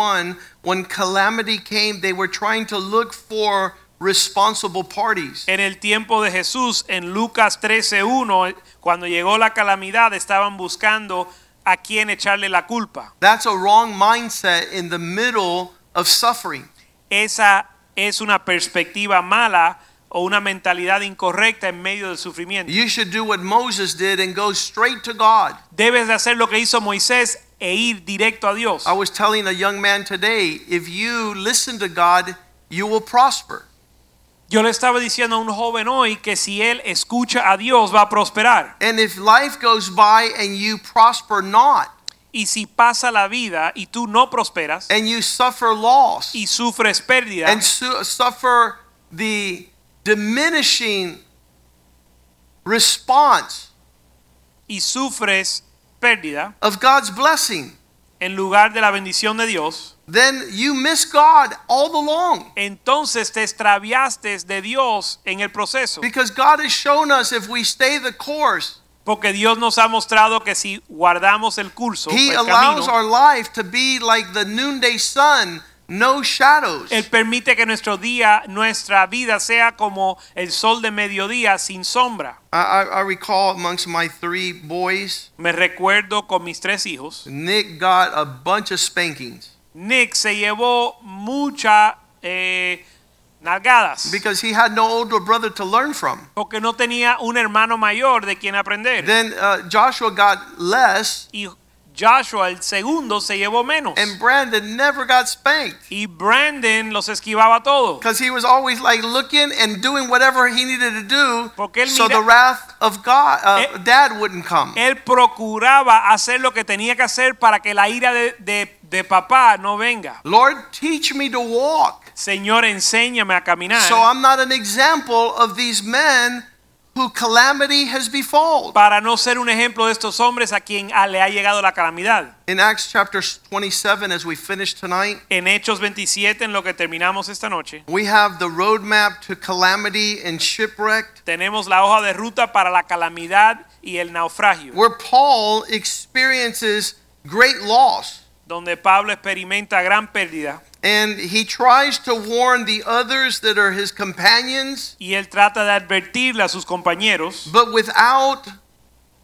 B: when calamity came, they were trying to look for responsible parties.
A: En el tiempo de Jesús, en Lucas 13:1, cuando llegó la calamidad, estaban buscando a quién echarle la culpa.
B: That's a wrong mindset in the middle of suffering.
A: Esa es una perspectiva mala o una mentalidad incorrecta en medio del sufrimiento.
B: You should do what Moses did and go straight to God.
A: Debes de hacer lo que hizo Moisés e ir directo a Dios.
B: I was telling a young man today if you listen to God, you will prosper.
A: Yo le estaba diciendo a un joven hoy que si él escucha a Dios va a prosperar.
B: And if life goes by and you prosper not,
A: Y si pasa la vida y tú no prosperas
B: and you suffer loss,
A: y sufres pérdida
B: and su- suffer the diminishing response
A: y sufres pérdida
B: of God's blessing,
A: en lugar de la bendición de Dios,
B: then you miss God all along.
A: entonces te extraviaste de Dios en el proceso.
B: Because God has shown us if we stay the course,
A: Porque Dios nos ha mostrado que si guardamos el curso,
B: He
A: el
B: allows
A: camino,
B: our life to be like the noonday sun, no shadows.
A: Él permite que nuestro día, nuestra vida sea como el sol de mediodía sin sombra.
B: I, I, I recall amongst my three boys,
A: Me recuerdo con mis tres hijos.
B: Nick got a bunch of spankings
A: Nick se llevó muchas eh, nalgadas
B: because he had no older brother to learn from.
A: porque no tenía un hermano mayor de quien aprender.
B: Then uh, Joshua got less,
A: y Joshua, el segundo, se llevó menos.
B: and Brandon never got spanked
A: y Brandon los esquivaba todo.
B: because he was always like looking and doing whatever he needed to do
A: Porque él
B: so
A: mira-
B: the wrath of God, uh,
A: Eh-
B: dad wouldn't come.
A: Él procuraba hacer lo que tenía que hacer para que la ira de, de- de papá no venga.
B: Lord, teach me to walk
A: Señor, enséñame a caminar
B: so I'm not an example of these men who calamity has befallen.
A: para no ser un ejemplo de estos hombres a quien ah, le ha llegado la calamidad.
B: In Acts chapter 27, as we finish tonight,
A: En Hechos 27, en lo que terminamos esta noche,
B: we have the roadmap to calamity and shipwreck,
A: tenemos la hoja de ruta para la calamidad y el naufragio,
B: where Paul experiences great loss.
A: donde Pablo experimenta gran pérdida
B: And he tries to warn the others that are his companions,
A: y él trata de advertirle a sus compañeros,
B: but without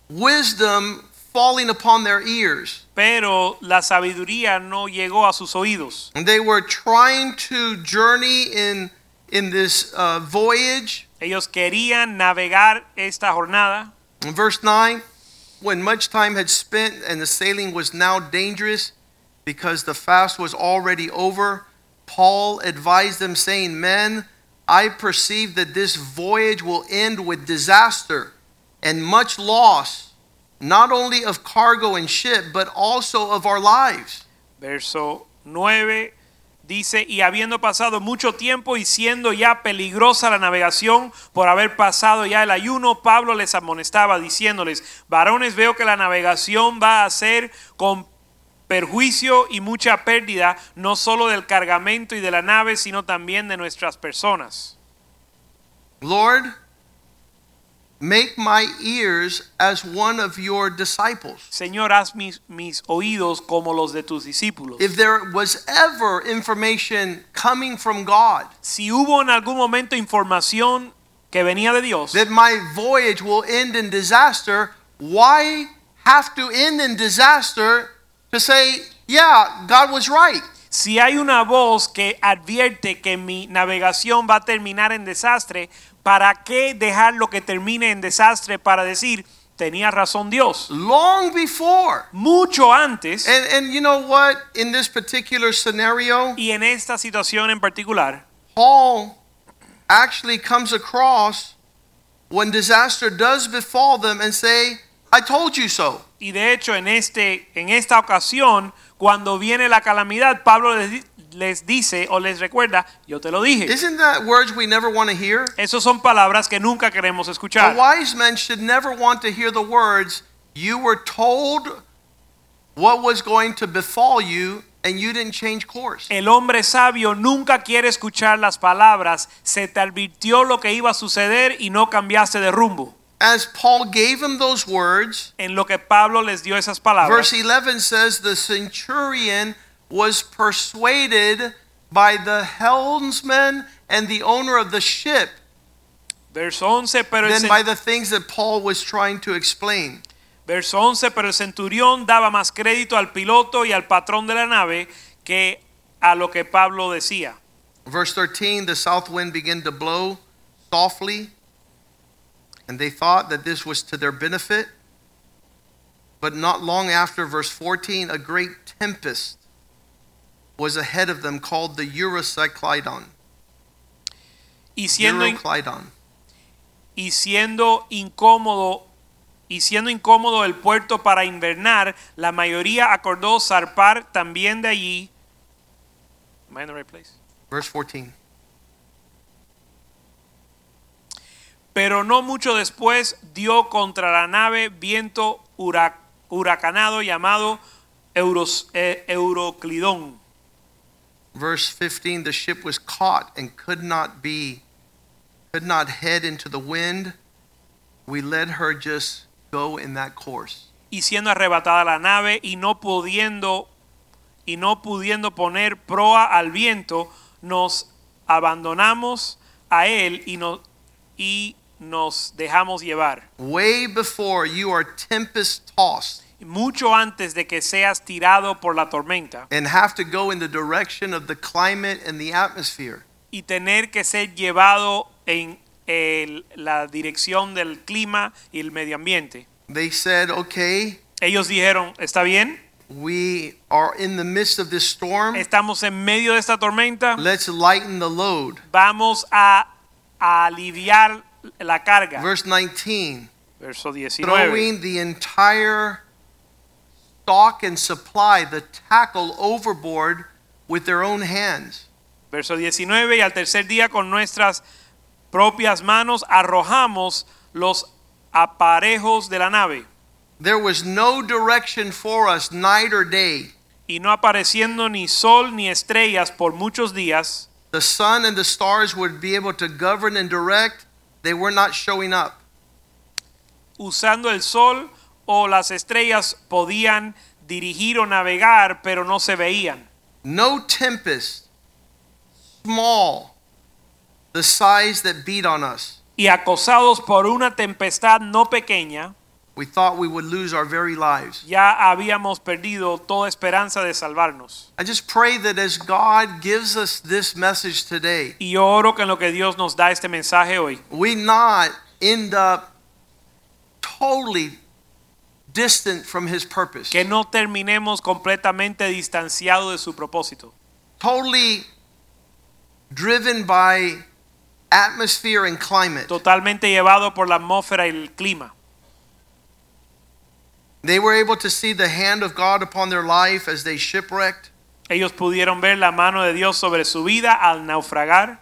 B: wisdom falling upon their ears.
A: pero la sabiduría no llegó a sus oídos.
B: And they were trying to journey in, in this uh, voyage.
A: Ellos querían navegar esta jornada.
B: In verse 9, when much time had spent and the sailing was now dangerous because the fast was already over, Paul advised them, saying, Men, I perceive that this voyage will end with disaster and much loss, not only of cargo and ship, but also of our lives.
A: Verso 9 dice, y habiendo pasado mucho tiempo y siendo ya peligrosa la navegación por haber pasado ya el ayuno, Pablo les amonestaba diciéndoles, varones veo que la navegación va a ser con perjuicio y mucha pérdida, no solo del cargamento y de la nave, sino también de nuestras personas.
B: Lord, make my ears as one of your disciples.
A: Señor, haz mis, mis oídos como los de tus discípulos.
B: If there was ever information coming from God,
A: Si hubo en algún momento información que venía de Dios,
B: that my voyage will end in disaster, why have to end in disaster to say, yeah, God was right.
A: Si hay una voz que advierte que mi navegación va a terminar en desastre, ¿para qué dejar lo que termine en desastre para decir, tenía razón Dios?
B: Long before.
A: Mucho antes,
B: And, and you know what? In this particular scenario,
A: y en esta situación en particular,
B: Paul actually comes across when disaster does befall them and say, I told you so.
A: y de hecho en, este, en esta ocasión, cuando viene la calamidad, Pablo les, di- les dice o les recuerda, yo te lo dije.
B: Isn't that words we never want to hear?
A: Esas son palabras que nunca queremos
B: A
A: escuchar.
B: wise man should never want to hear the words, You were told what was going to befall you, and you didn't change course.
A: El hombre sabio nunca quiere escuchar las palabras, se te advirtió lo que iba a suceder y no cambiaste de rumbo.
B: As Paul gave him those words,
A: En lo que Pablo les dio esas palabras.
B: verse 11 says, The centurion was persuaded by the helmsman and the owner of the ship
A: Verso 11, pero el
B: than
A: cen-
B: by the things that Paul was trying to explain.
A: verso 11, pero el centurión daba más crédito al piloto y al patrón de la nave que a lo que Pablo decía.
B: Verse 13 the south wind began to blow softly, and they thought that this was to their benefit. But not long after, verse 14, a great tempest was ahead of them called the Eurocyclidon.
A: Y siendo, in-
B: Eurocyclidon.
A: y siendo incómodo y siendo incómodo el puerto para invernar, la mayoría acordó zarpar también de allí. Am I in the right place?
B: Verse 14.
A: Pero no mucho después dio contra la nave viento hura- huracanado llamado Euros- eh, Euroclidón.
B: Verse 15 the ship was caught and could not be, could not head into the wind. We let her just go in that course.
A: Y siendo arrebatada la nave y no pudiendo y no pudiendo poner proa al viento, nos abandonamos a él y nos y nos dejamos llevar.
B: Way before you are tempest tossed.
A: Mucho antes de que seas tirado por la tormenta
B: and have to go in the direction of the climate and the atmosphere.
A: y tener que ser llevado en el- la dirección del clima y el medio ambiente.
B: They said, okay,
A: Ellos dijeron, está bien,
B: we are in the midst of this storm.
A: estamos en medio de esta tormenta,
B: Let's lighten the load.
A: vamos a, a aliviar la carga.
B: Verse 19,
A: Verso 19.
B: throwing the entire stock and supply, the tackle overboard with their own hands.
A: Verso 19. Y al tercer día con nuestras propias manos arrojamos los aparejos de la nave.
B: There was no direction for us night or day.
A: Y no apareciendo ni sol ni estrellas por muchos días,
B: The sun and the stars would be able to govern and direct. They were not showing up.
A: usando el sol o las estrellas podían dirigir o navegar, pero no se veían.
B: No tempest, small, the size that beat on us.
A: Y acosados por una tempestad no pequeña,
B: We thought we would lose our very lives.
A: ya habíamos perdido toda esperanza de salvarnos.
B: I just pray that as God gives us this message today,
A: Y yo oro que en lo que Dios nos da este mensaje hoy,
B: we not end up totally distant from His purpose,
A: que no terminemos completamente distanciados de su propósito,
B: totally driven by atmosphere and climate.
A: totalmente llevado por la atmósfera y el clima.
B: They were able to see the hand of God upon their life as they shipwrecked.
A: Ellos pudieron ver la mano de Dios sobre su vida al naufragar.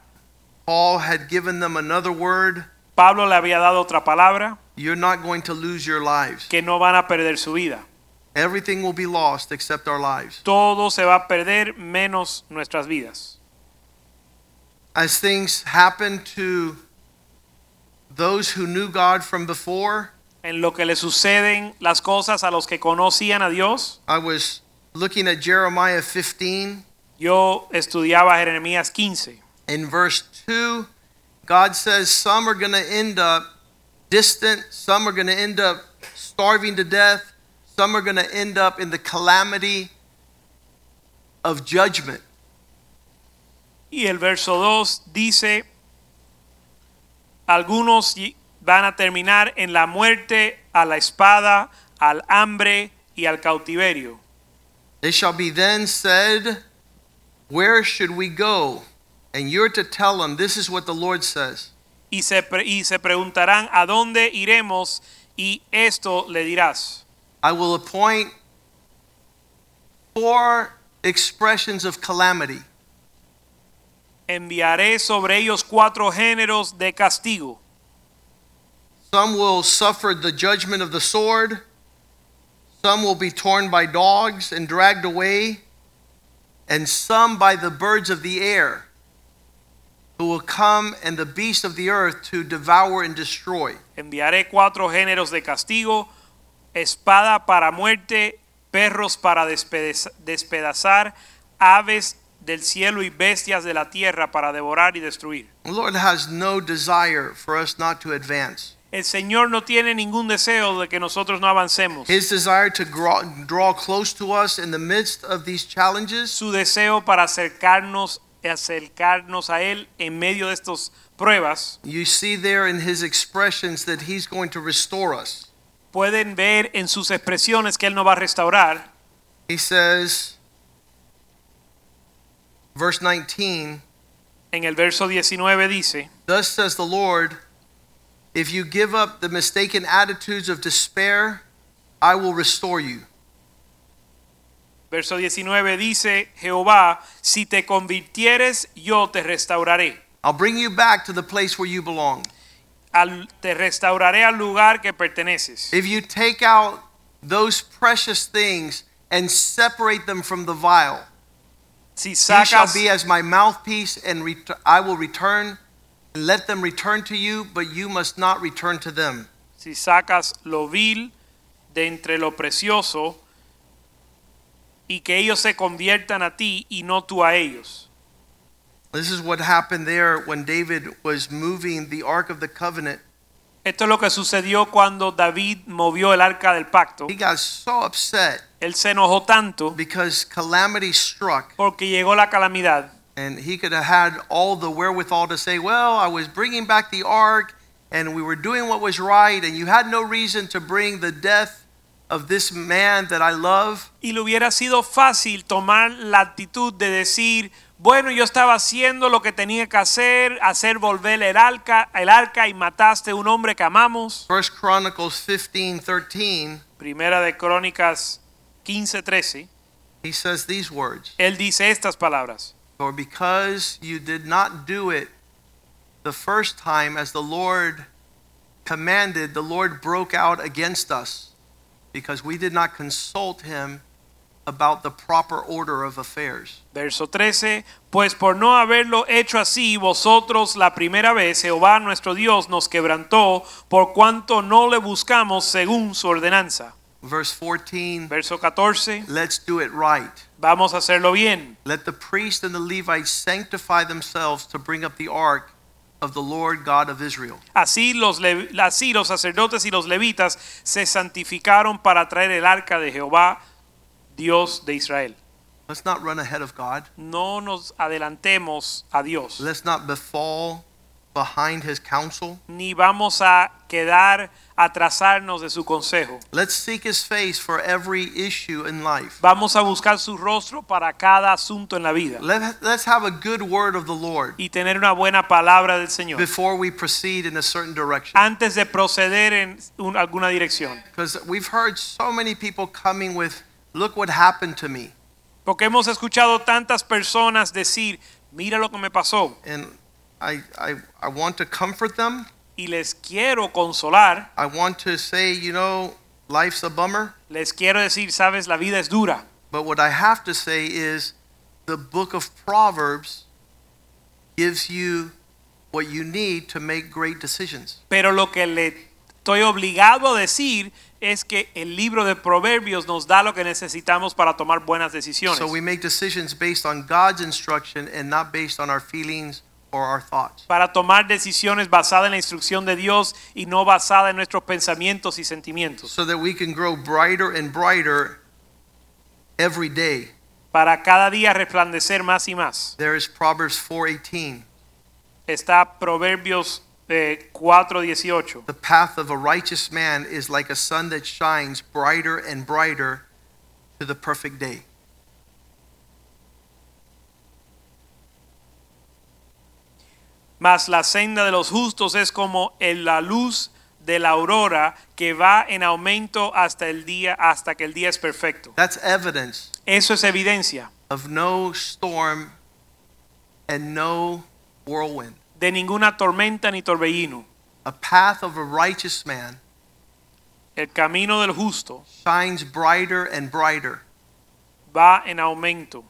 B: Paul had given them another word.
A: Pablo le había dado otra palabra,
B: You're not going to lose your lives.
A: que no van a perder su vida.
B: Everything will be lost except our lives.
A: Todo se va a perder menos nuestras vidas.
B: As things happen to those who knew God from before,
A: En lo que le suceden las cosas a los que conocían a Dios,
B: I was looking at Jeremiah 15
A: yo estudiaba Jeremías 15.
B: in verse 2. God says some are going to end up distant, some are going to end up starving to death, Some are going to end up in the calamity of judgment.
A: Y el verso 2 dice, algunos y- van a terminar en la muerte, a la espada, al hambre y al cautiverio.
B: They shall be then said, Where should we go? And you're to tell them, This is what the Lord says.
A: Y se, pre- y se preguntarán, ¿a dónde iremos? Y esto le dirás.
B: I will appoint four expressions of calamity.
A: Enviaré sobre ellos cuatro géneros de castigo.
B: Some will suffer the judgment of the sword. Some will be torn by dogs and dragged away. And some by the birds of the air, who will come and the beasts of the earth to devour and destroy.
A: Enviaré cuatro géneros de castigo, espada para muerte, perros para despedeza- despedazar, aves del cielo y bestias de la tierra para devorar y destruir.
B: The Lord has no desire for us not to advance.
A: El Señor no tiene ningún deseo de que nosotros no avancemos.
B: His desire to draw, draw close to us in the midst of these challenges
A: Su deseo para acercarnos, acercarnos a Él en medio de estas pruebas,
B: You see there in his expressions that he's going to restore us.
A: pueden ver en sus expresiones que Él nos va a restaurar.
B: He says, verse 19,
A: En el verso 19 dice,
B: Thus says the Lord, if you give up the mistaken attitudes of despair, I will restore you.
A: verso 19 dice, Jehová, si te convirtieres, yo te restauraré.
B: I'll bring you back to the place where you belong.
A: Al- te restauraré al lugar que perteneces.
B: If you take out those precious things and separate them from the vile,
A: Si
B: You shall
A: sacas,
B: be as my mouthpiece, and ret- I will return. and Let them return to you, but you must not return to them.
A: si sacas lo vil de entre lo precioso y que ellos se conviertan a ti y no tú a ellos.
B: This is what happened there when David was moving the Ark of the Covenant.
A: Esto es lo que sucedió cuando David movió el arca del pacto.
B: He got so upset
A: Él se enojó tanto
B: because calamity struck,
A: porque llegó la calamidad.
B: and he could have had all the wherewithal to say, Well, I was bringing back the Ark, and we were doing what was right, and you had no reason to bring the death of this man that I love.
A: Y le hubiera sido fácil tomar la actitud de decir, bueno, yo estaba haciendo lo que tenía que hacer, hacer volver el arca, el arca y mataste a un hombre que amamos.
B: First Chronicles 15 13,
A: Primera de Crónicas 15:13.
B: he says these words.
A: Él dice estas palabras.
B: For because you did not do it the first time as the Lord commanded, the Lord broke out against us because we did not consult him about the proper order of affairs.
A: Verso 13, pues por no haberlo hecho así, vosotros la primera vez, Jehová nuestro Dios nos quebrantó, por cuanto no le buscamos según su ordenanza.
B: Verse 14,
A: Verso 14,
B: let's do it right.
A: vamos a hacerlo bien.
B: Let the priest and the Levites sanctify themselves to bring up the ark of the Lord God of Israel.
A: Así los, lev- así los sacerdotes y los levitas se santificaron para traer el arca de Jehová, Dios de Israel.
B: Let's not run ahead of God.
A: No nos adelantemos a Dios,
B: Let's not befall behind his counsel.
A: ni vamos a quedar atrasarnos de su consejo.
B: Let's seek his face for every issue in life.
A: Vamos a buscar su rostro para cada asunto en la vida
B: Let, let's have a good word of the Lord
A: y tener una buena palabra del Señor
B: before we proceed in a certain direction.
A: antes de proceder en un- alguna dirección.
B: Because we've heard so many people coming with, look what happened to me.
A: Porque hemos escuchado tantas personas decir, mira lo que me pasó
B: And I, I, I want to comfort them.
A: y les quiero consolar,
B: I want to say, you know, life's a bummer.
A: les quiero decir, sabes, la vida es dura.
B: But what I have to say is the book of Proverbs gives you what you need to make great decisions.
A: Pero lo que le estoy obligado a decir es que el libro de Proverbios nos da lo que necesitamos para tomar buenas decisiones.
B: So we make decisions based on God's instruction and not based on our feelings or our thoughts.
A: para tomar decisiones basadas en la instrucción de Dios y no basadas en nuestros pensamientos y sentimientos,
B: So that we can grow brighter and brighter every day.
A: para cada día resplandecer más y más.
B: There is Proverbs 4:18.
A: Está Proverbios eh, 4:18.
B: The path of a righteous man is like a sun that shines brighter and brighter to the perfect day.
A: Mas la senda de los justos es como en la luz de la aurora que va en aumento hasta el día hasta que el día es perfecto.
B: That's evidence
A: Eso es evidencia
B: of no storm and no whirlwind.
A: de ninguna tormenta ni torbellino.
B: A path of a righteous man
A: El camino del justo
B: shines brighter and brighter
A: va en aumento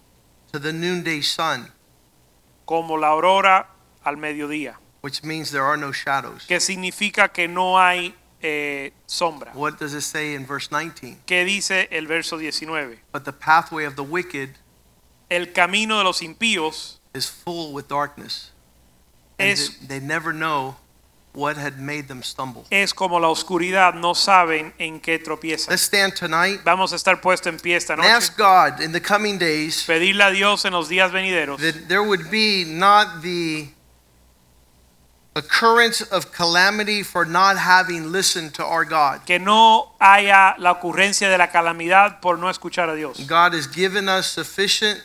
B: to the noonday sun,
A: como la aurora al mediodía,
B: which means there are no shadows.
A: que significa que no hay eh, sombra.
B: What does it say in verse 19?
A: ¿Qué dice el verso 19?
B: But the pathway of the wicked
A: El camino de los impíos
B: is full with darkness. And
A: Es-
B: they they never know what had made them stumble.
A: es como la oscuridad, no saben en qué tropiezan.
B: Let's stand tonight
A: Vamos a estar puesto en pie esta
B: and
A: noche.
B: ask God in the coming days
A: pedirle a Dios en los días venideros
B: that there would be not the occurrence of calamity for not having listened to our God.
A: que no haya la ocurrencia de la calamidad por no escuchar a Dios.
B: God has given us sufficient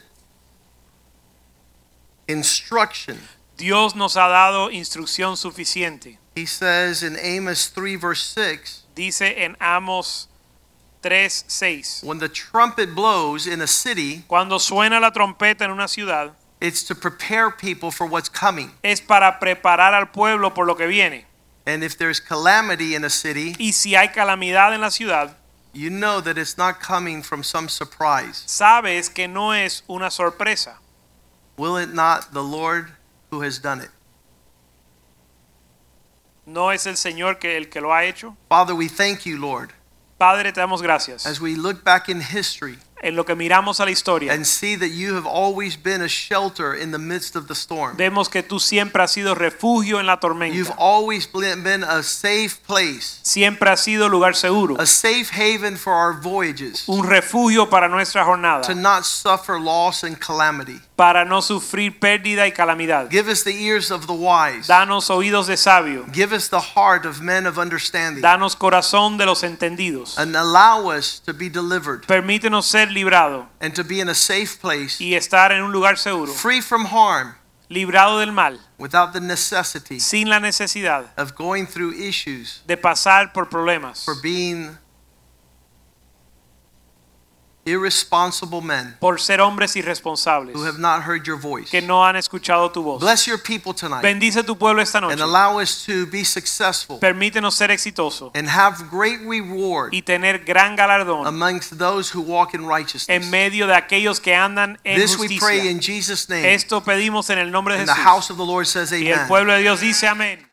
B: instruction.
A: Dios nos ha dado instrucción suficiente.
B: He says in Amos 3, verse 6,
A: Dice en Amos 3:6,
B: when the trumpet blows in a city,
A: cuando suena la trompeta en una ciudad
B: it's to prepare people for what's coming.
A: es para preparar al pueblo por lo que viene.
B: And if there's calamity in a city,
A: Y si hay calamidad en la ciudad,
B: you know that it's not coming from some surprise.
A: sabes que no es una sorpresa.
B: Will it not the Lord who has done it?
A: No es el Señor que el que lo ha hecho.
B: Father, we thank you, Lord,
A: Padre, te damos gracias.
B: as we look back in history
A: En lo que miramos a la historia,
B: and see that you have always been a shelter in the midst of the storm.
A: vemos que tú siempre has sido refugio en la
B: You've
A: tormenta.
B: always been a safe place,
A: Siempre has sido lugar seguro,
B: a safe haven for our voyages,
A: un refugio para nuestra jornada,
B: to not suffer loss and calamity.
A: para no sufrir pérdida y calamidad.
B: Give us the ears of the wise.
A: Danos oídos de sabio,
B: Give us the heart of men of understanding
A: danos corazón de los entendidos.
B: and allow us to be delivered
A: Permítenos ser librado
B: and to be in a safe place,
A: y estar en un lugar seguro,
B: free from harm,
A: librado del mal,
B: without the necessity
A: sin la necesidad
B: of going through issues
A: de pasar por problemas,
B: for being irresponsible men
A: por ser hombres irresponsables
B: who have not heard your voice.
A: que no han escuchado tu voz.
B: Bless your people tonight
A: Bendice tu pueblo esta
B: and
A: noche.
B: allow us to be successful
A: Permítenos ser exitosos
B: and have great reward
A: y tener gran galardón
B: amongst those who walk in
A: en
B: righteousness.
A: medio de aquellos que andan en
B: This we pray
A: justicia.
B: in Jesus' name.
A: Esto pedimos en el nombre de
B: And the
A: Jesús.
B: house of the Lord says,
A: Y el
B: Amen.
A: pueblo de Dios dice amén.